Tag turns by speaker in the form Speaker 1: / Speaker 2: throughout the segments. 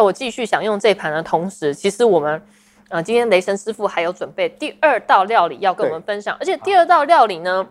Speaker 1: 我继续享用这盘的同时，其实我们呃今天雷神师傅还有准备第二道料理要跟我们分享，而且第二道料理呢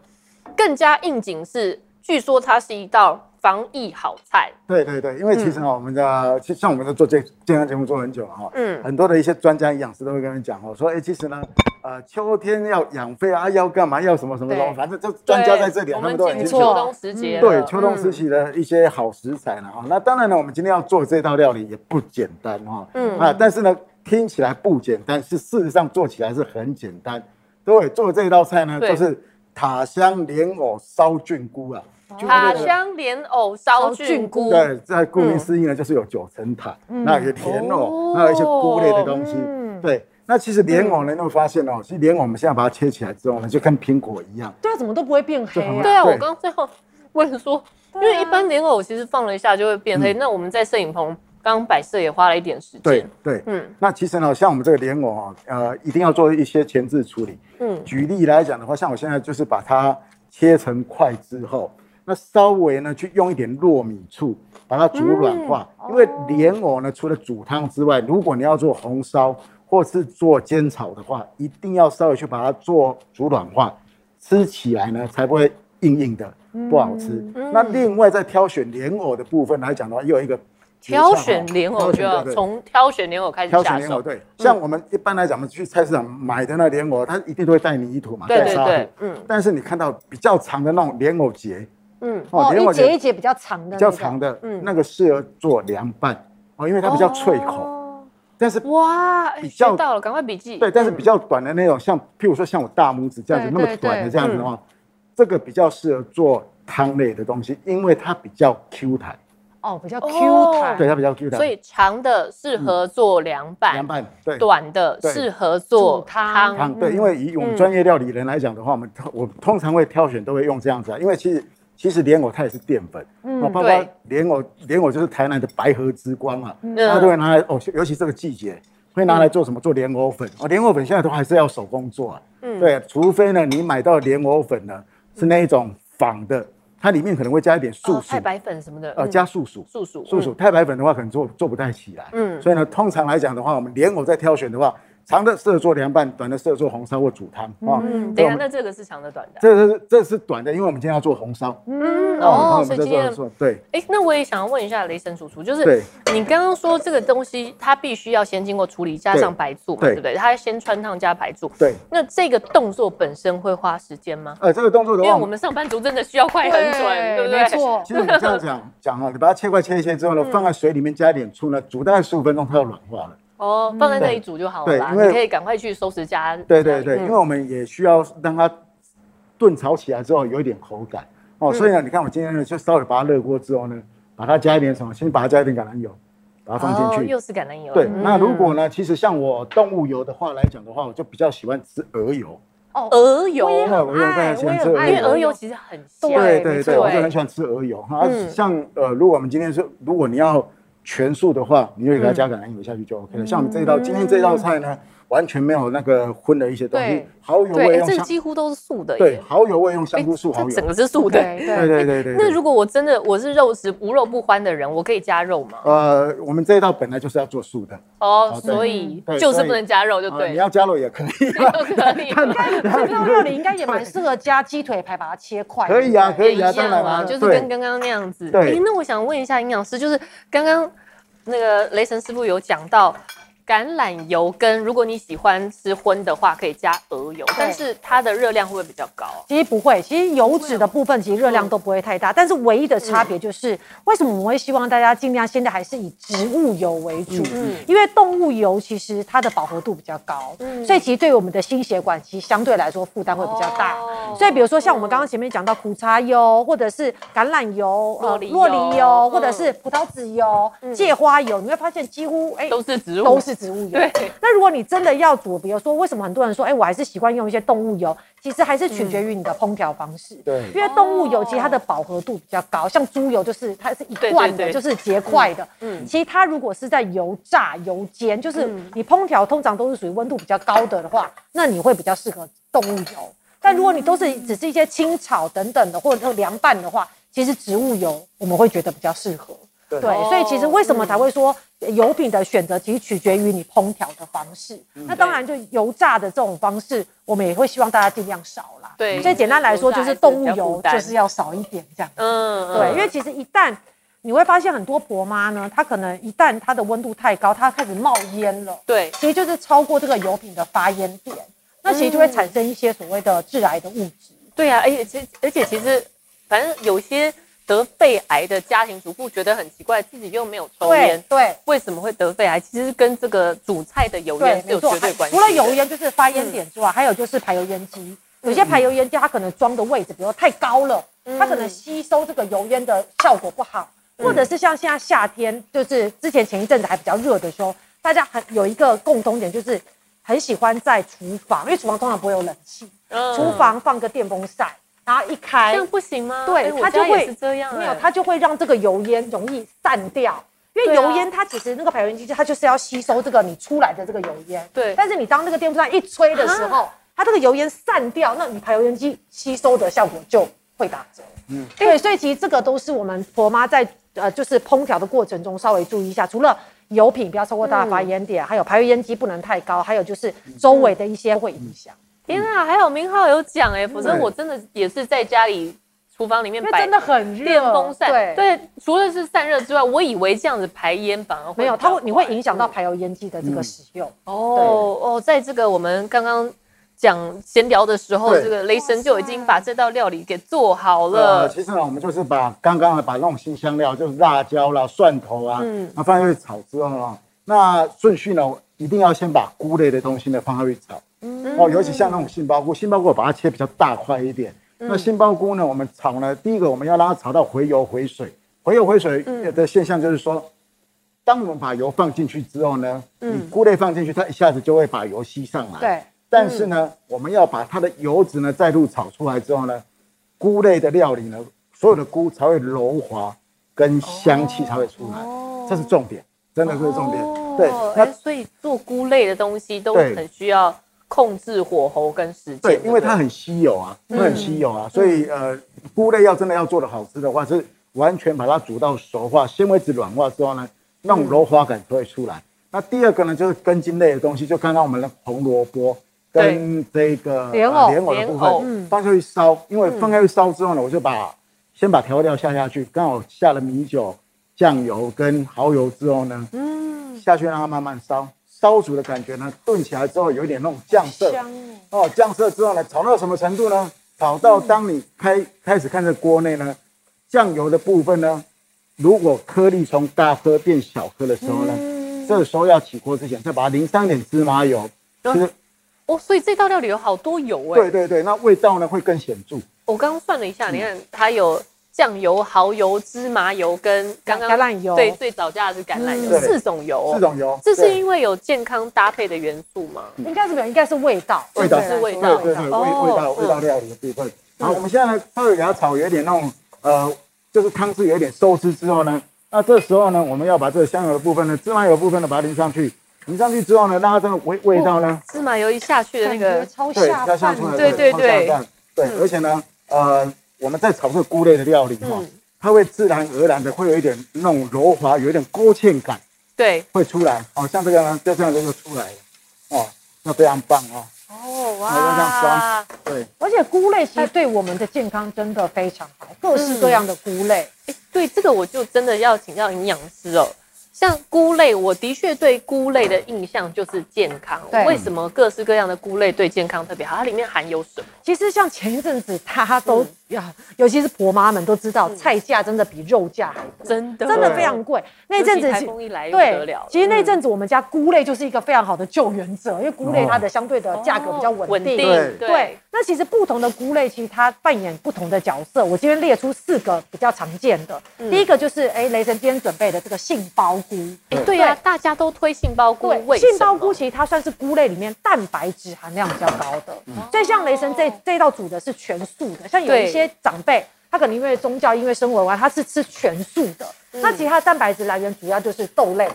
Speaker 1: 更加应景是，据说它是一道防疫好菜。
Speaker 2: 对对对，因为其实啊、我们的其实像我们在做健健康节目做很久了哈、
Speaker 1: 嗯
Speaker 2: 很多的一些专家营养师都会跟你讲哦，说哎，其实呢，呃，秋天要养肺啊，要干嘛，要什么什么
Speaker 1: 对
Speaker 2: 的，反正就专家在这里
Speaker 1: 对
Speaker 2: 啊，
Speaker 1: 我
Speaker 2: 他
Speaker 1: 们
Speaker 2: 们都很
Speaker 1: 进
Speaker 2: 清
Speaker 1: 入
Speaker 2: 楚
Speaker 1: 秋。冬时节了，
Speaker 2: 对，秋冬时
Speaker 1: 嗯
Speaker 2: 期的一些好食材了啊、哦。那当然呢，我们今天要做这道料理也不简单哈、哦。
Speaker 1: 嗯
Speaker 2: 嗯啊，但是呢，听起来不简单，是事实上做起来是很简单。对，做这道菜呢，
Speaker 1: 对
Speaker 2: 就是塔香莲藕烧菌菇啊。
Speaker 1: 塔香莲藕
Speaker 3: 哦
Speaker 1: 烧菌菇，
Speaker 2: 对，在顾名思义呢，就是有九层塔，那有莲藕，哦那有一些菇类的东西。对，那其实莲藕呢，你会发现哦，其实莲藕我们现在把它切起来之后呢，就跟苹果一样。
Speaker 3: 对啊，怎么都不会变黑
Speaker 2: 很好
Speaker 1: 对
Speaker 3: 啊？
Speaker 1: 啊，
Speaker 2: 嗯对
Speaker 1: 我刚最后问说，因为一般莲藕其实放了一下就会变黑，那我们在摄影棚刚摆设也花了一点时
Speaker 2: 嗯对
Speaker 1: 间。
Speaker 2: 对，
Speaker 1: 嗯
Speaker 2: 嗯。那其实呢，像我们这个莲藕啊，呃，一定要做一些前置处理。
Speaker 1: 嗯，
Speaker 2: 举例来讲的话，像我现在就是把它切成块之后，那稍微呢去用一点糯米醋把它煮软化，
Speaker 1: 嗯
Speaker 2: 因为
Speaker 1: 哦
Speaker 2: 莲藕呢除了煮汤之外，如果你要做红烧或是做煎炒的话，一定要稍微去把它做煮软化，吃起来呢才不会硬硬的不好吃。
Speaker 1: 嗯
Speaker 2: 那另外在挑选莲藕的部分来讲的话，又有一个诀窍哦
Speaker 1: 挑选莲藕就要
Speaker 2: 对对对
Speaker 1: 从挑选莲藕开始
Speaker 2: 挑
Speaker 1: 下
Speaker 2: 选莲藕，
Speaker 1: 手。
Speaker 2: 对，像我们一般来讲，我们去菜市场买的那莲藕，它一定都会带泥土嘛，
Speaker 1: 对
Speaker 2: 带
Speaker 1: 对
Speaker 2: 沙
Speaker 1: 对
Speaker 2: 土。，
Speaker 1: 嗯
Speaker 2: 但是你看到比较长的那种莲藕节，
Speaker 1: 嗯，
Speaker 3: 哦，
Speaker 2: 莲藕
Speaker 3: 一节一
Speaker 2: 啊节
Speaker 3: 节比较长的，
Speaker 2: 比较长，的
Speaker 1: 嗯，
Speaker 2: 那个适合做凉拌哦，因为它比较脆口。
Speaker 1: 哦。
Speaker 2: 但是
Speaker 1: 哇，哎
Speaker 2: 比较
Speaker 1: 学到了，赶快笔记。
Speaker 2: 对，但是比较短的那种，像譬如说像我大拇指这样子
Speaker 3: 对
Speaker 2: 那么
Speaker 3: 对
Speaker 2: 短的
Speaker 3: 对
Speaker 2: 这样子的话，这个比较适合做汤类的东西，因为它比较 Q 弹，
Speaker 3: 哦，比较
Speaker 1: 哦
Speaker 3: Q 弹。
Speaker 2: 对，它比较 Q 弹。
Speaker 1: 嗯所以长的适合做凉拌，
Speaker 2: 凉拌对。
Speaker 1: 短的
Speaker 2: 对
Speaker 1: 适合做
Speaker 3: 煮汤
Speaker 1: 汤。哦
Speaker 2: 汤对，因为以
Speaker 1: 嗯
Speaker 2: 我们专业料理人来讲的话，我们通我通常会挑选都会用这样子啊，因为其实其实莲藕它也是淀粉，嗯，包括
Speaker 1: 对
Speaker 2: 莲藕莲藕就是台南的白河之光啊，
Speaker 1: 嗯
Speaker 2: 大家都会拿来哦，尤其这个季节会拿来做什么？做莲藕粉哦，莲藕粉现在都还是要手工做啊，
Speaker 1: 嗯
Speaker 2: 对，除非呢你买到的莲藕粉呢是那一种仿的，它里面可能会加一点
Speaker 1: 哦
Speaker 2: 素薯
Speaker 1: 太，白粉什么的，
Speaker 2: 呃，
Speaker 1: 嗯
Speaker 2: 加素薯，
Speaker 1: 素薯
Speaker 2: 素薯太白粉的话，可能做做不太起来。
Speaker 1: 嗯
Speaker 2: 嗯，所以呢，通常来讲的话，我们莲藕在挑选的话，长的适合做凉拌，短的适合做红烧或煮汤啊。
Speaker 1: 嗯，
Speaker 2: 嗯，
Speaker 1: 等一下，那这个是长的短的。啊
Speaker 2: 这是这是短的，因为我们今天要做红烧。
Speaker 1: 嗯，
Speaker 2: 然
Speaker 1: 哦，
Speaker 2: 后我
Speaker 1: 所以
Speaker 2: 们就
Speaker 1: 今天
Speaker 2: 做对
Speaker 1: 哎，那我也想要问一下雷神叔叔，就是
Speaker 2: 对
Speaker 1: 你刚刚说这个东西，它必须要先经过处理，加上白醋嘛，
Speaker 2: 对
Speaker 1: 对不对？它先穿烫加白醋。
Speaker 2: 对。
Speaker 1: 那这个动作本身会花时间吗？
Speaker 2: 呃，这个动作的
Speaker 1: 因
Speaker 2: 话，
Speaker 1: 为我们上班族真的需要快很准，对不对？
Speaker 3: 没错
Speaker 2: 其。实你这样讲 讲哈，你把它切块切一切之后
Speaker 1: 嗯
Speaker 2: 呢，放在水里面加一点醋呢，煮大概十五分钟，它就软化了。
Speaker 1: 哦，放在那里煮就好了啦，
Speaker 2: 对因为
Speaker 1: 你可以赶快去收拾家。
Speaker 2: 对对对，
Speaker 1: 嗯
Speaker 2: 因为我们也需要让它炖炒起来之后有一点口感
Speaker 1: 嗯
Speaker 2: 哦，所以呢，你看我今天呢就稍微把它热锅之后呢，把它加一点什么，先把它加一点橄榄油，把它放
Speaker 1: 哦
Speaker 2: 进去。
Speaker 1: 又是橄榄油。
Speaker 2: 对，
Speaker 1: 嗯
Speaker 2: 那如果呢，其实像我动物油的话来讲的话，我就比较喜欢吃鹅油，
Speaker 1: 鹅油，
Speaker 3: 哦我也
Speaker 1: 因
Speaker 2: 很哦我有
Speaker 3: 很爱，
Speaker 2: 在喜
Speaker 3: 我
Speaker 2: 欢
Speaker 3: 也
Speaker 2: 吃
Speaker 3: 很爱
Speaker 1: 哦为鹅油其实很香。
Speaker 3: 对
Speaker 2: 对
Speaker 3: 没
Speaker 2: 对
Speaker 3: 错
Speaker 2: 对，我就很喜欢吃鹅油哈。啊
Speaker 1: 嗯
Speaker 2: 像呃，如果我们今天是，如果你要全素的话，你就给它加橄榄油下去就 OK
Speaker 1: 嗯
Speaker 2: 了。像我们这一道今天这道菜呢，完全没有那个荤的一些东西
Speaker 3: 对，
Speaker 2: 蚝油味
Speaker 1: 对，
Speaker 2: 用
Speaker 1: 这
Speaker 2: 香，
Speaker 1: 几乎都是素的
Speaker 2: 对，
Speaker 1: 耶。
Speaker 2: 蚝油味用香
Speaker 1: 哎
Speaker 2: 菇素蚝
Speaker 1: 这
Speaker 2: 油
Speaker 1: 整。个是素的。
Speaker 3: 对对
Speaker 2: 对对对对。对
Speaker 1: 那如果我真的我是肉食无肉不欢的人，我可以加肉吗？
Speaker 2: 呃，我们这一道本来就是要做素的，
Speaker 1: 哦，
Speaker 2: 哦对
Speaker 1: 所以
Speaker 2: 对
Speaker 1: 就是
Speaker 2: 所以
Speaker 1: 不能加肉就
Speaker 2: 啊
Speaker 1: 对
Speaker 2: 你
Speaker 1: 了，
Speaker 2: 要加肉也可以，
Speaker 1: 可以。
Speaker 3: 这道料理应该也蛮适合加鸡腿排，把它切 块。
Speaker 2: 可以啊，
Speaker 3: 对不
Speaker 2: 可以啊，
Speaker 1: 一样
Speaker 2: 当然
Speaker 1: 啊，
Speaker 2: 啊，
Speaker 1: 就是
Speaker 2: 对
Speaker 1: 跟刚刚那样子。
Speaker 2: 对
Speaker 1: 诶那我想问一下营养师，就是刚刚那个雷神师傅有讲到橄榄油跟如果你喜欢吃荤的话，可以加鹅油，但是它的热量会不会比较高？
Speaker 3: 对其实不会，其实油脂的部分其实热量都不会太大，但是唯一的差别就是，为什么我们会希望大家尽量现在还是以植物油为主？
Speaker 1: 嗯
Speaker 3: 因为动物油其实它的饱和度比较高，
Speaker 1: 嗯
Speaker 3: 所以其实对我们的心血管其实相对来说负担会比较大。
Speaker 1: 哦
Speaker 3: 所以，比如说像我们刚刚前面讲到苦茶油，或者是橄榄油、呃
Speaker 1: 洛梨油
Speaker 3: 洛梨油，
Speaker 1: 嗯
Speaker 3: 或者是葡萄籽油、芥花油，你会发现几乎哎
Speaker 1: 都是植物，
Speaker 3: 都是植物油。
Speaker 1: 对
Speaker 3: 那如果你真的要煮，比如说为什么很多人说，哎，我还是习惯用一些动物油，其实还是取
Speaker 1: 嗯
Speaker 3: 决于你的烹调方式。
Speaker 2: 对
Speaker 3: 因为动物油其实它的饱和度比较高，像猪油就是它是一罐的，
Speaker 1: 对对对
Speaker 3: 就是结块的。
Speaker 1: 嗯
Speaker 3: 嗯，其实它如果是在油炸、油煎，就是你烹调通常都是属于温度比较高的的话，那你会比较适合动物油。但如果你都是只是一些清炒等等的，或者说凉拌的话，其实植物油我们会觉得比较适合。
Speaker 2: 对
Speaker 3: 对，所以其实为什么才会说油品的选择其实取决于你烹调的方式。那当然，就油炸的这种方式，我们也会希望大家尽量少啦。
Speaker 1: 对
Speaker 3: 所以简单来说，就是动物油就是
Speaker 1: 要
Speaker 3: 要少一点这样。
Speaker 1: 嗯
Speaker 3: 对，因为其实一旦你会发现很多婆妈呢，她可能一旦她的温度太高，她开始冒烟了，
Speaker 1: 对
Speaker 3: 其实就是超过这个油品的发烟点，那其实就
Speaker 1: 嗯
Speaker 3: 会产生一些所谓的致癌的物质。
Speaker 1: 对啊，而且其而且其实，反正有些得肺癌的家庭主妇觉得很奇怪，自己又没有抽
Speaker 3: 对
Speaker 1: 烟，
Speaker 3: 对
Speaker 1: 为什么会得肺癌？其实跟这个煮菜的油
Speaker 3: 对
Speaker 1: 烟，是
Speaker 3: 没
Speaker 1: 有
Speaker 3: 错哎
Speaker 1: 绝对。关系
Speaker 3: 除
Speaker 1: 的。
Speaker 3: 了油烟就是发烟点之外，还有就是排油烟机。有些排油烟机它可能装的位置，比如说太高了，
Speaker 1: 嗯
Speaker 3: 它可能吸收这个油烟的效果不好，或者是像现在夏天，就是之前前一阵子还比较热的时候，大家很有一个共通点，就是很喜欢在厨房，因为厨房通常不会有冷气，
Speaker 1: 嗯
Speaker 3: 厨房放个电风扇，然后
Speaker 1: 这
Speaker 3: 一开
Speaker 1: 样，不行吗？
Speaker 3: 对
Speaker 1: 哎我
Speaker 3: 它就
Speaker 1: 家也
Speaker 3: 会
Speaker 1: 是这样，
Speaker 3: 没有
Speaker 1: 哎
Speaker 3: 它就会让这个油烟容易散掉。因为
Speaker 1: 对啊
Speaker 3: 油烟它其实那个排油烟机它就是要吸收这个你出来的这个油烟，
Speaker 1: 对啊
Speaker 3: 但是你当这个电风扇一吹的时候，它这个油烟散掉，那你排油烟机吸收的效果就会打折。嗯，
Speaker 1: 哎
Speaker 3: 对，所以其实这个都是我们婆妈在呃就是烹调的过程中稍微注意一下，除了油品不要超过大家
Speaker 1: 嗯
Speaker 3: 发烟点，还有排油烟机不能太高，还有就是周围的一些会影响。
Speaker 1: 天啊，还有明浩有讲哎，否则
Speaker 2: 对
Speaker 1: 我真的也是在家里厨房里面
Speaker 3: 嗯因为
Speaker 1: 摆
Speaker 3: 真的很热，
Speaker 1: 嗯电风扇，
Speaker 3: 对，
Speaker 1: 对，除了是散热之外，我以为这样子排烟反而会
Speaker 3: 没有，
Speaker 1: 比较
Speaker 3: 它会你会影响到
Speaker 1: 快嗯
Speaker 3: 排油烟机的这个使用。
Speaker 1: 哦哦，在这个我们刚刚讲闲聊的时候，
Speaker 2: 对
Speaker 1: 这个雷神就已经把这道料理给做好了
Speaker 2: 呃，。其实呢，我们就是把刚刚的把那种新香料，就是辣椒啦、蒜头啊，嗯，那放下去炒之后呢，那顺序呢，一定要先把菇类的东西呢放下去炒，嗯，哦，尤其像那种杏鲍菇，杏鲍菇我把它切比较大块一点。那杏鲍菇呢，我们炒呢，第一个我们要让它炒到回油回水，回油回水的现象就是说，当我们把油放进去之后呢，你菇类放进去，它一下子就会把油吸上来。
Speaker 3: 对。
Speaker 2: 但是呢，我们要把它的油脂呢再度炒出来之后呢，菇类的料理呢，所有的菇才会柔滑，跟香气才会出来，这是重点，真的是重点。对，
Speaker 1: 哦
Speaker 2: 那
Speaker 1: 哎所以做菇类的东西都
Speaker 2: 对
Speaker 1: 很需要控制火候跟时间。
Speaker 2: 对，
Speaker 1: 不
Speaker 2: 因为它很稀有啊，它很稀有啊，所以呃，菇类要真的要做的好吃的话，是完全把它煮到熟化，纤维质软化之后呢，那种柔滑感就会出来。那第二个呢，就是根茎类的东西，就刚刚我们的红萝卜跟这个
Speaker 3: 莲藕
Speaker 2: 呃莲藕的部
Speaker 1: 莲藕
Speaker 2: 分放下去烧，因为放下去烧之后呢，我就把先把调味料下下去，刚好下了米酒、酱油跟蚝油之后呢，嗯，下去让它慢慢烧，烧熟的感觉呢，炖起来之后有一点那种酱色，
Speaker 3: 香
Speaker 1: 啊
Speaker 3: 哦
Speaker 2: 哦，酱色之后呢，炒到什么程度呢？炒到当你开、开始看这锅内呢，酱油的部分呢，如果颗粒从大颗变小颗的时候呢，这时候要起锅之前再把它淋上一点芝麻油，
Speaker 1: 然
Speaker 2: 就
Speaker 1: 后
Speaker 2: 是
Speaker 1: 哦，所以这道料理有好多油哎。
Speaker 2: 对对对，那味道呢会更显著。
Speaker 1: 我刚刚算了一下，你看它有酱油、蚝油、芝麻油跟刚刚
Speaker 3: 橄榄油
Speaker 1: 对，最早加的是橄榄油，
Speaker 2: 对
Speaker 1: 四种油。
Speaker 2: 四种油
Speaker 1: 这是
Speaker 2: 对
Speaker 1: 因为有健康搭配的元素吗？
Speaker 3: 应该是没有，应该是味道，
Speaker 2: 味道
Speaker 1: 是味道
Speaker 2: 对对对，味
Speaker 1: 哦
Speaker 2: 味道味道料理的部分。然后我们现在呢，稍微给它炒有一点那种呃，就是汤汁有一点收汁之后呢，那这时候呢，我们要把这个香油的部分呢，芝麻油的部分呢，把它淋上去，淋上去之后呢，让它这个味味道呢，
Speaker 1: 芝麻油一下去的那
Speaker 3: 感觉
Speaker 1: 个，
Speaker 3: 超
Speaker 2: 对，
Speaker 3: 哦下
Speaker 2: 要
Speaker 3: 饭
Speaker 2: 像出来，
Speaker 3: 的
Speaker 1: 对对对
Speaker 2: 对，像对，而且呢，呃，我们在炒这个菇类的料理哈
Speaker 1: 嗯，
Speaker 2: 它会自然而然的会有一点那种柔滑，有一点勾芡感
Speaker 1: 对，
Speaker 2: 会出来，哦，像这个呢，就这样子就出来了，哦，那非常棒哦，
Speaker 1: 哦
Speaker 2: 好这样
Speaker 1: 哇
Speaker 2: 刷，对。
Speaker 3: 而且菇类其实对我们的健康真的非常好，各式各样的菇类，
Speaker 1: 对这个我就真的要请教营养师哦。像菇类，我的确对菇类的印象就是健康。
Speaker 3: 对
Speaker 1: 为什么各式各样的菇类对健康特别好？它里面含有什么？
Speaker 3: 其实像前一阵子大家
Speaker 1: 嗯
Speaker 3: 都呀，尤其是婆妈们都知道，菜价真的比肉价还贵，
Speaker 1: 真的
Speaker 3: 真的非常贵。那
Speaker 1: 尤
Speaker 3: 阵
Speaker 1: 其
Speaker 3: 子
Speaker 1: 台
Speaker 3: 其
Speaker 1: 风一来又不得
Speaker 3: 对
Speaker 1: 了了，，嗯
Speaker 3: 其实那阵子我们家菇类就是一个非常好的救援者，因为菇类它的相对的价格比较
Speaker 1: 哦
Speaker 3: 稳定。
Speaker 2: 对
Speaker 1: 对
Speaker 3: 对，，那其实不同的菇类，其实它扮演不同的角色。我今天列出四个比较常见的，
Speaker 1: 嗯
Speaker 3: 第一个就是哎，雷神今天准备的这个杏鲍菇。
Speaker 1: 哎对呀，大家都推杏鲍菇，为
Speaker 3: 对，
Speaker 1: 什么
Speaker 3: 杏鲍菇其实它算是菇类里面蛋白质含量比较高的，所以像雷神这这道煮的是全素的，像
Speaker 1: 嗯
Speaker 3: 有
Speaker 1: 哦对
Speaker 3: 一些长辈他可能因为宗教、因为生活完，他是吃全素的，
Speaker 1: 嗯
Speaker 3: 那其他蛋白质来源主要就是豆类。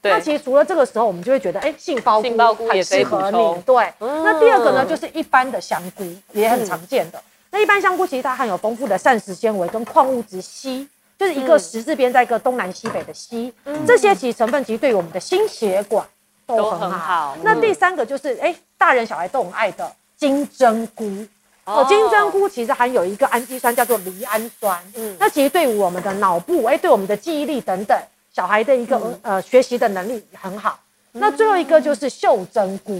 Speaker 1: 对
Speaker 3: 那其实除了这个时候，我们就会觉得，哎，杏鲍菇
Speaker 1: 杏鲍菇也
Speaker 3: 很
Speaker 1: 可以
Speaker 3: 适
Speaker 1: 补充
Speaker 3: 合你。对，
Speaker 1: 嗯
Speaker 3: 那第二个呢，就是一般的香菇也很常见的。那一般香菇其实它含有丰富的膳食纤维跟矿物质硒，就是一个十字边在一个东南西北的西，这些其实成分其实对于我们的心血管
Speaker 1: 嗯都
Speaker 3: 都
Speaker 1: 很
Speaker 3: 很
Speaker 1: 好嗯
Speaker 3: 好。那第三个就是哎，大人小孩都很爱的金针菇。哦，金针菇其实含有一个氨基酸叫做离氨酸，
Speaker 1: 嗯
Speaker 3: 嗯，那其实对我们的脑部，哎，对我们的记忆力等等，小孩的一个、呃学习的能力很好。那最后一个就是袖珍菇，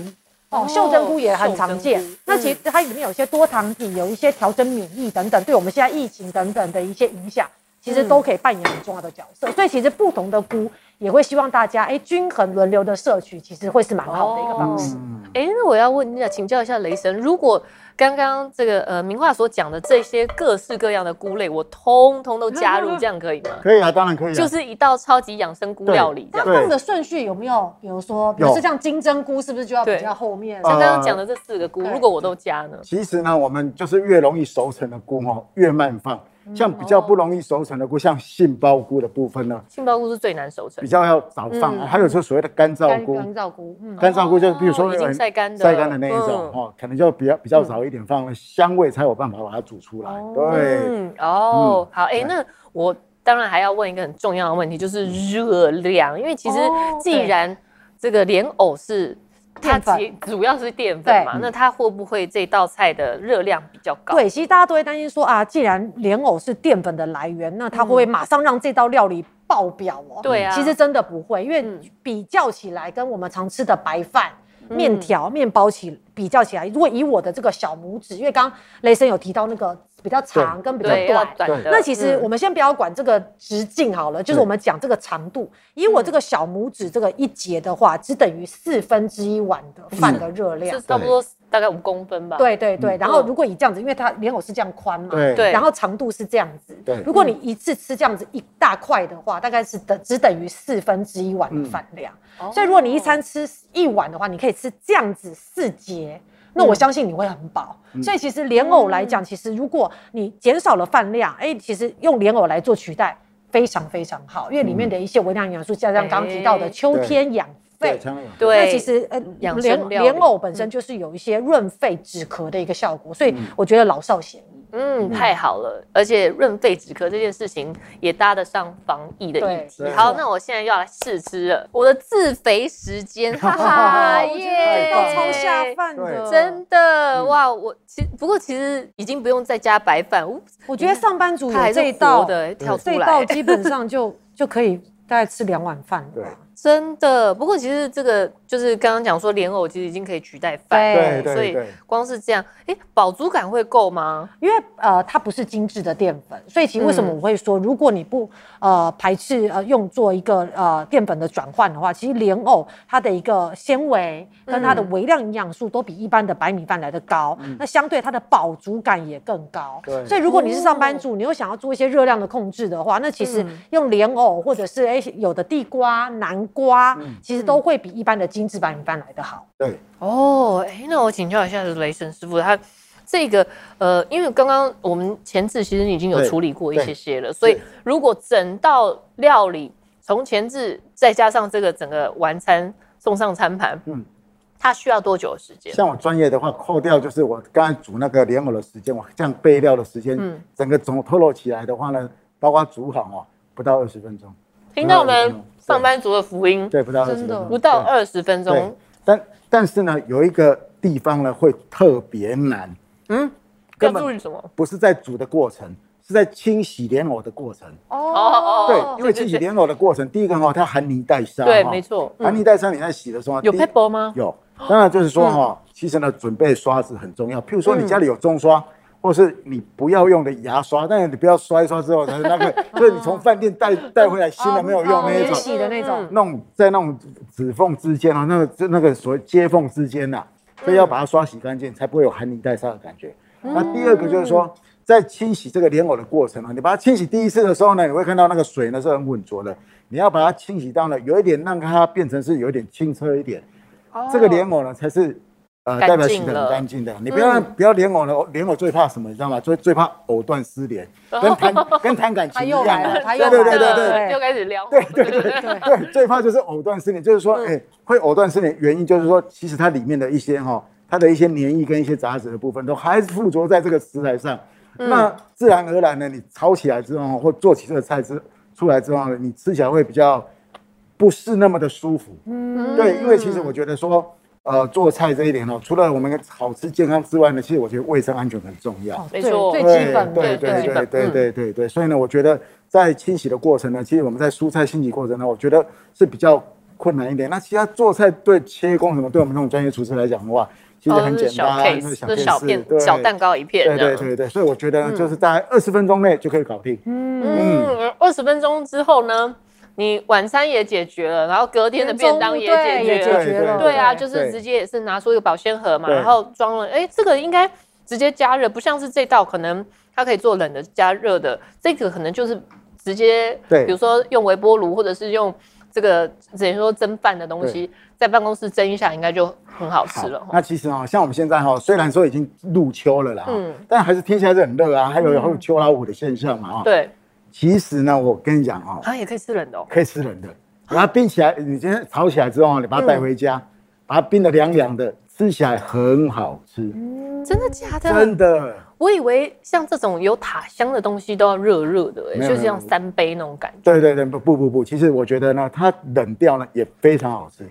Speaker 3: 哦，袖珍菇也很常见
Speaker 1: 袖珍菇。
Speaker 3: 那其实它里面有一些多糖体，有一些调整免疫等等，对我们现在疫情等等的一些影响，其实都可以扮演很重要的角色。所以其实不同的菇也会希望大家哎均衡轮流的摄取，其实会是蛮好的一个方式。
Speaker 2: 嗯，
Speaker 1: 哎，那我要问一下，请教一下雷神，如果刚刚这个呃明话所讲的这些各式各样的菇类，我通通都加入，这样可以 吗？
Speaker 2: 可以啊，当然可以啊，
Speaker 1: 就是一道超级养生菇料理这
Speaker 3: 那
Speaker 1: 样。
Speaker 2: 对
Speaker 3: 放的顺序有没有？比如说，比如
Speaker 2: 有
Speaker 3: 说像金针菇，是不是就要比
Speaker 1: 对
Speaker 3: 较后面？
Speaker 1: 像
Speaker 2: 呃
Speaker 1: 刚刚讲的这四个菇，
Speaker 3: 对
Speaker 1: 如果我都加呢？
Speaker 2: 其实呢，我们就是越容易熟成的菇哦，越慢放。像比较不容易熟成的菇，像杏鲍菇的部分呢，
Speaker 1: 杏鲍菇是最难熟成
Speaker 2: 比，较要早
Speaker 1: 嗯
Speaker 2: 放。还有说所谓的干燥
Speaker 3: 干
Speaker 2: 菇，
Speaker 3: 干燥菇，嗯，
Speaker 2: 干燥菇就比如说
Speaker 1: 哦已经
Speaker 2: 很
Speaker 1: 晒干的
Speaker 2: 晒干的那一种
Speaker 1: 嗯
Speaker 2: 哦，可能就比较比较早一点放了，香味才有办法把它煮出来。对，
Speaker 1: 嗯，哦，好，哎、
Speaker 2: 对
Speaker 1: 那我当然还要问一个很重要的问题，就是热量，因为其实
Speaker 3: 嗯哦
Speaker 1: 既然这个莲藕是它
Speaker 3: 淀粉
Speaker 1: 其主要是淀粉嘛，
Speaker 3: 对
Speaker 1: 那它会不会这道菜的热量比较高？
Speaker 3: 对，其实大家都会担心说啊，既然莲藕是淀粉的来源，那它会不会马上让这道料理爆表
Speaker 1: 嗯
Speaker 3: 哦？
Speaker 1: 对啊
Speaker 3: 其实真的不会，因为
Speaker 1: 嗯
Speaker 3: 比较起来，跟我们常吃的白饭。面条、面包起比较起来，如果以我的这个小拇指，因为刚刚雷森有提到那个比较长跟比较
Speaker 1: 对，要
Speaker 3: 短，
Speaker 1: 短的。
Speaker 3: 那其实
Speaker 1: 嗯
Speaker 3: 我们先不要管这个直径好了，就是
Speaker 2: 对
Speaker 3: 我们讲这个长度。以我这个小拇指这个一节的话，只等于四分之一碗的饭的热量
Speaker 1: 是。差不多大概五公分吧。，
Speaker 3: 对对对，然后如果以这样子，因为它莲藕是这样宽嘛，
Speaker 2: 对
Speaker 1: 对
Speaker 3: 然后长度是这样子。
Speaker 2: 对
Speaker 3: 如果你一次吃这样子一大块的话，大概是等只等于四分之一碗的饭量。
Speaker 1: 哦
Speaker 3: 所以如果你一
Speaker 2: 哦
Speaker 3: 餐吃一碗的话，你可以吃这样子四节。那
Speaker 2: 嗯
Speaker 3: 我相信你会很饱，所以其实莲藕来讲，其实如果你减少了饭量，哎，其实用莲藕来做取代，非常非常好，因为里面的一些微量元素，加上刚刚提到的
Speaker 1: 哎
Speaker 3: 秋天养
Speaker 2: 嗯
Speaker 3: 肺
Speaker 2: 对，，常有
Speaker 1: 对，
Speaker 3: 那其实呃，
Speaker 1: 养
Speaker 3: 莲
Speaker 1: 生料理嗯
Speaker 3: 莲藕本身就是有一些润肺止咳的一个效果，所以
Speaker 2: 嗯
Speaker 3: 我觉得老少咸宜。
Speaker 1: 嗯，太好了，而且润肺止咳这件事情也搭得上防疫的议题
Speaker 2: 对。对
Speaker 1: 好，那我现在又要来试吃了，我的自肥时间，哈哈
Speaker 2: 啊
Speaker 3: 哦我
Speaker 1: 耶！
Speaker 3: 觉得这道超下饭
Speaker 2: 对
Speaker 3: 的，
Speaker 1: 真的
Speaker 3: 嗯
Speaker 1: 哇！我其不过其实已经不用再加白饭，我
Speaker 3: 我觉得上班族
Speaker 1: 它还
Speaker 3: 有
Speaker 1: 是
Speaker 3: 这一
Speaker 1: 活
Speaker 3: 道
Speaker 1: 的欸跳
Speaker 3: 这
Speaker 1: 出
Speaker 3: 一道
Speaker 1: 来，
Speaker 3: 基本上就 就可以大概吃两碗饭了
Speaker 2: 对
Speaker 3: 吧。
Speaker 1: 真的。不过其实这个就是刚刚讲说莲藕其实已经可以取代饭，
Speaker 2: 对
Speaker 1: 所
Speaker 2: 对
Speaker 1: 以
Speaker 2: 对，
Speaker 1: 光是这样，哎，饱足感会够吗？
Speaker 3: 因为呃，它不是精致的淀粉，所以其实为什
Speaker 1: 嗯
Speaker 3: 么我会说，如果你不呃排斥呃用做一个呃淀粉的转换的话，其实莲藕它的一个纤维跟它的
Speaker 1: 嗯
Speaker 3: 微量营养素都比一般的白米饭来的高，那相对它的饱足感也更高。
Speaker 2: 对
Speaker 3: 所以如果你是上
Speaker 1: 哦
Speaker 3: 班族，你又想要做一些热量的控制的话，那其实
Speaker 1: 嗯
Speaker 3: 用莲藕或者是哎有的地瓜、南瓜，
Speaker 1: 嗯
Speaker 3: 其实都会比一般的精致白米饭来的好。
Speaker 2: 对，
Speaker 1: 哦，哎，那我请教一下雷神师傅，他这个呃，因为刚刚我们前置其实已经有
Speaker 2: 对
Speaker 1: 处理过一
Speaker 2: 对
Speaker 1: 些些了，所以如果整道料理从前置再加上这个整个晚餐送上餐盘，嗯
Speaker 2: 嗯，
Speaker 1: 它需要多久的时间？
Speaker 2: 像我专业的话，扣掉就是我刚才煮那个莲藕的时间，我这样备料的时间，
Speaker 1: 嗯
Speaker 2: 整个总 total 起来的话呢，包括煮好哦，不到二十分钟，
Speaker 1: 听到
Speaker 2: 不到20
Speaker 1: 没
Speaker 2: 分钟？
Speaker 1: 上班族的福音，
Speaker 2: 对，不到二十分
Speaker 3: 真的
Speaker 2: 钟，
Speaker 1: 哦不到
Speaker 2: 对
Speaker 1: 二十分
Speaker 2: 对
Speaker 1: 钟，，
Speaker 2: 但但是呢，有一个地方呢会特别难，
Speaker 1: 要
Speaker 2: 根本啊
Speaker 1: 注意什么？
Speaker 2: 不是在煮的过程，是在清洗莲藕的过程。
Speaker 1: 哦
Speaker 2: 对，因
Speaker 1: 对对
Speaker 2: 为清洗莲藕的过程，第一个哈，它含泥带沙，
Speaker 1: 对
Speaker 2: 哈
Speaker 1: 没错嗯
Speaker 2: 含泥带沙，你在洗的时候
Speaker 1: 有嗯
Speaker 2: 第一
Speaker 1: pebble 吗？
Speaker 2: 有，当然就是说哈，其实呢，准备刷子很重要。譬如说你家里有中
Speaker 1: 嗯
Speaker 2: 刷，或是你不要用的牙刷，但是你不要刷一刷之后才是那 个，就是你从饭店带带回来新
Speaker 1: 哦
Speaker 2: 的没有用那一
Speaker 3: 哦免
Speaker 2: 种，
Speaker 3: 洗的那
Speaker 1: 嗯
Speaker 3: 种。
Speaker 2: 那种在那种指缝之间啊，那个就那个所谓接缝之间呐、
Speaker 3: 嗯
Speaker 2: 所以要把它刷洗干净，才不会有含泥带沙的感觉。那第二个就是说，在清洗这个莲藕的过程啊，你把它清洗第一次的时候呢，你会看到那个水呢是很浑浊的，你要把它清洗到呢有一点让它变成是有一点清澈一点，
Speaker 3: 哦
Speaker 2: 这个莲藕呢才是。呃，
Speaker 1: 干净
Speaker 2: 代表洗的
Speaker 1: 了
Speaker 2: 很干净的，你不要、不要莲藕了，莲藕最怕什么，你知道吗？最最怕藕断丝连， 跟弹跟弹感情一样
Speaker 3: 它又来
Speaker 2: 啊
Speaker 3: 了，它
Speaker 2: 对
Speaker 3: 又
Speaker 2: 对
Speaker 3: 来
Speaker 2: 对
Speaker 3: 了
Speaker 2: 对对，
Speaker 1: 又开始撩。哦
Speaker 2: 对对 对对对，最怕就是藕断丝连，就是说，哎、会藕断丝连，原因就是说，其实它里面的一些哈、它的一些黏液跟一些杂质的部分都还是附着在这个食材上，那自然而然呢，你炒起来之后，或做起这个菜之出来之后呢，你吃起来会比较不是那么的舒服。
Speaker 3: 嗯，
Speaker 2: 对，因为其实我觉得说，呃，做菜这一点哦，除了我们好吃健康之外呢，其实我觉得卫生安全很重要。
Speaker 1: 没错
Speaker 3: 嗯最
Speaker 2: 对
Speaker 3: 基本
Speaker 2: 对
Speaker 3: 的，
Speaker 2: 对
Speaker 1: 最基
Speaker 2: 对
Speaker 1: 本
Speaker 2: 对对对对对，所以呢，我觉得在清洗的过程呢，其实我们在蔬菜清洗过程呢，我觉得是比较困难一点。那其他做菜对切工什么，对我们这种专业厨师来讲的话，其实
Speaker 1: 哦，
Speaker 2: 很
Speaker 1: 这是
Speaker 2: 简
Speaker 1: 小
Speaker 2: 单，
Speaker 1: case，这
Speaker 2: 那
Speaker 1: 是小片
Speaker 2: 对
Speaker 1: 小蛋糕一片
Speaker 2: 对
Speaker 1: 这
Speaker 2: 对
Speaker 1: 样。
Speaker 2: 对对，所以我觉得呢就是在二十分钟内就可以搞定。
Speaker 1: 嗯，二十分钟之后呢，你晚餐也解决了，然后隔天的便当也
Speaker 3: 中午对
Speaker 1: 解
Speaker 3: 也
Speaker 1: 决
Speaker 3: 解
Speaker 1: 了。
Speaker 3: 决了，
Speaker 1: 对啊，
Speaker 2: 对
Speaker 1: 就是直接也是拿出一个保鲜盒嘛，
Speaker 2: 对
Speaker 1: 然后装了。哎，这个应该直接加热，不像是这道可能它可以做冷的加热的，这个可能就是直接，
Speaker 2: 对
Speaker 1: 比如说用微波炉或者是用这个等于说蒸饭的东西，在办公室蒸一下，应该就很好吃了。
Speaker 2: 那其实啊、像我们现在哈、虽然说已经入秋了啦，
Speaker 1: 嗯
Speaker 2: 但还是天气还是很热啊，还有还有秋老虎的现象嘛啊、
Speaker 1: 对，
Speaker 2: 其实呢，我跟你讲啊、
Speaker 1: 它也可以吃冷的哦。
Speaker 2: 可以吃冷的，把它冰起来，你今天炒起来之后，你把它带回家，
Speaker 1: 嗯
Speaker 2: 把它冰的凉凉的，吃起来很好吃，
Speaker 1: 嗯真的假的？
Speaker 2: 真的。
Speaker 1: 我以为像这种有塔香的东西都要热热的、欸，
Speaker 2: 没有
Speaker 1: 就是
Speaker 2: 没有
Speaker 1: 像三杯那种感觉。
Speaker 2: 对对对，不不不不，其实我觉得呢，它冷掉呢也非常好吃。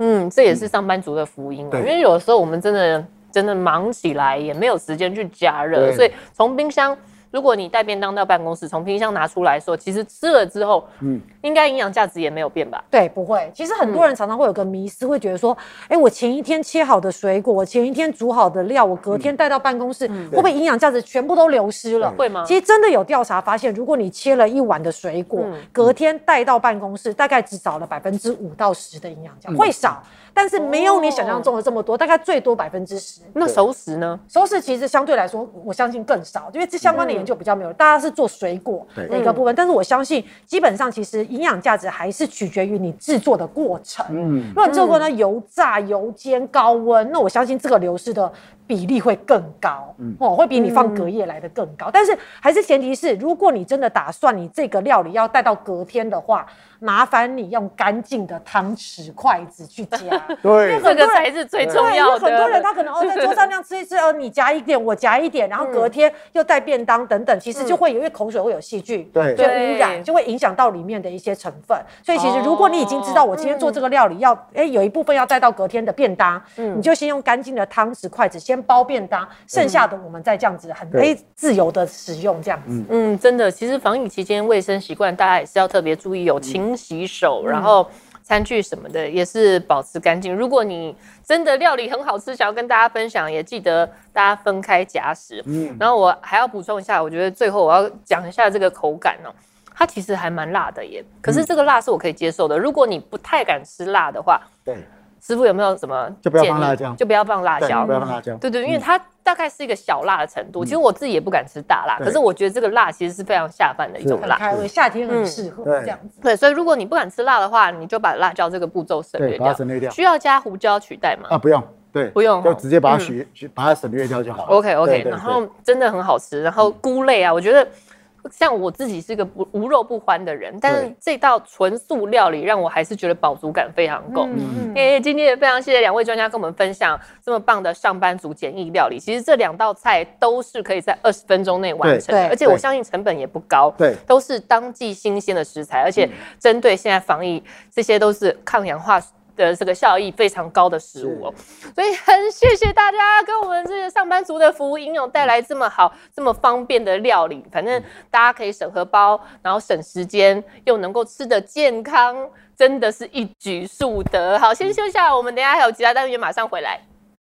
Speaker 1: 嗯，这也是上班族的福音啊，
Speaker 2: 对
Speaker 1: 因为有的时候我们真的真的忙起来也没有时间去加热，
Speaker 2: 对
Speaker 1: 所以从冰箱。如果你带便当到办公室，从冰箱拿出来说，其实吃了之后，嗯
Speaker 2: 嗯，
Speaker 1: 应该营养价值也没有变吧？
Speaker 3: 对，不会。其实很多人常常会有个迷思，会觉得说，
Speaker 1: 嗯
Speaker 3: 哎，我前一天切好的水果，我前一天煮好的料，我隔
Speaker 2: 嗯
Speaker 3: 天带到办公室，会不会营养价值全部都流失了？
Speaker 1: 对会吗
Speaker 3: 其实真的有调查发现，如果你切了一碗的水果，
Speaker 1: 嗯
Speaker 3: 隔天带到办公室，大概只少了百分之五到十的营养
Speaker 2: 嗯
Speaker 3: 价，会少，但是没有你想
Speaker 2: 哦
Speaker 3: 象中的这么多，大概最多百分之十。
Speaker 1: 那熟食呢？
Speaker 3: 熟食其实相对来说，我相信更少，因为这相关的研究比较没有。大家是做水果
Speaker 2: 嗯对嗯
Speaker 3: 的一个部分，但是我相信，基本上其实营养价值还是取决于你制作的过程。
Speaker 2: 嗯
Speaker 3: 如，果你制作过程油炸、油煎、高温，那我相信这个流失的比例会更高，
Speaker 2: 嗯
Speaker 3: 哦，会比你放隔夜来的更高。但是还是前提是，如果你真的打算你这个料理要带到隔天的话，麻烦你用干净的汤匙、筷子去夹。
Speaker 2: 对
Speaker 1: 这
Speaker 3: 很多人
Speaker 1: 个才是最重
Speaker 3: 对，因为
Speaker 1: 要的。
Speaker 3: 很多人他可能哦在桌上那样吃一吃，哦你夹一点，我夹一点，然后
Speaker 1: 嗯
Speaker 3: 隔天又带便当等等，其实就会有因为口水会有细菌，
Speaker 2: 对
Speaker 3: 就污
Speaker 1: 对
Speaker 3: 染，就会影响到里面的一些成分。所以其实如果你已经知
Speaker 1: 哦
Speaker 3: 道我今
Speaker 1: 嗯
Speaker 3: 天做这个料理要，哎有一部分要带到隔天的便当，
Speaker 1: 嗯
Speaker 3: 你就先用干净的汤匙、筷子先包便当，剩下的我们再这样子很
Speaker 2: 对
Speaker 3: 哎自由的使用这样子。
Speaker 1: 嗯，真的，其实防疫期间卫生习惯大家也是要特别注意，有勤洗手，
Speaker 2: 嗯
Speaker 1: 然后餐具什么的也是保持干净。如果你真的料理很好吃，想要跟大家分享，也记得大家分开夹食。嗯
Speaker 2: 嗯，
Speaker 1: 然后我还要补充一下，我觉得最后我要讲一下这个口感哦。它其实还蛮辣的耶，可
Speaker 2: 嗯
Speaker 1: 是这个辣是我可以接受的。如果你不太敢吃辣的话，
Speaker 2: 对，
Speaker 1: 师傅有没有什么
Speaker 2: 就不要
Speaker 1: 建
Speaker 2: 放
Speaker 1: 议
Speaker 2: 辣椒
Speaker 1: 就不要放辣
Speaker 2: 对
Speaker 1: 椒，
Speaker 2: 不要放辣椒
Speaker 1: 对对，因为它大概是一个小辣的程度。其实我自己也不敢吃大辣，
Speaker 2: 嗯对
Speaker 1: 可是我觉得这个辣其实是非常下饭的一种
Speaker 2: 是
Speaker 3: 很
Speaker 1: 辣。
Speaker 3: 开胃，夏天很
Speaker 1: 嗯
Speaker 3: 适合
Speaker 2: 对
Speaker 3: 这样子。
Speaker 1: 对，所以如果你不敢吃辣的话，你就把辣椒这个步骤省略
Speaker 2: 对，把
Speaker 1: 掉
Speaker 2: 它。省略掉
Speaker 1: 需要加胡椒取代吗
Speaker 2: 啊，不用，对，
Speaker 1: 不用
Speaker 2: 就
Speaker 1: 哦
Speaker 2: 直接把它取取把它省略掉就好了。
Speaker 1: ？OK OK，
Speaker 2: 对对
Speaker 1: 然后真的很好吃。然后菇类啊，我觉得像我自己是个不无肉不欢的人，但是
Speaker 2: 对
Speaker 1: 这道纯素料理让我还是觉得饱足感非常够。
Speaker 3: 嗯
Speaker 1: 因为今天也非常谢谢两位专家跟我们分享这么棒的上班族简易料理。其实这两道菜都是可以在二十分钟内完成
Speaker 3: 对
Speaker 1: 的，
Speaker 3: 对
Speaker 1: 而且我相信成本也不高。
Speaker 2: 对
Speaker 1: 都是当季新鲜的食材，而且针对现在防疫，这些都是抗氧化的这个效益非常高的食物哦。 所以很谢谢大家跟我们这些上班族的服务应用带来这么好、这么方便的料理。反正大家可以省荷包，然后省时间，又能够吃的健康，真的是一举数得。好，先休息一下，我们等一下还有其他单元马上回来。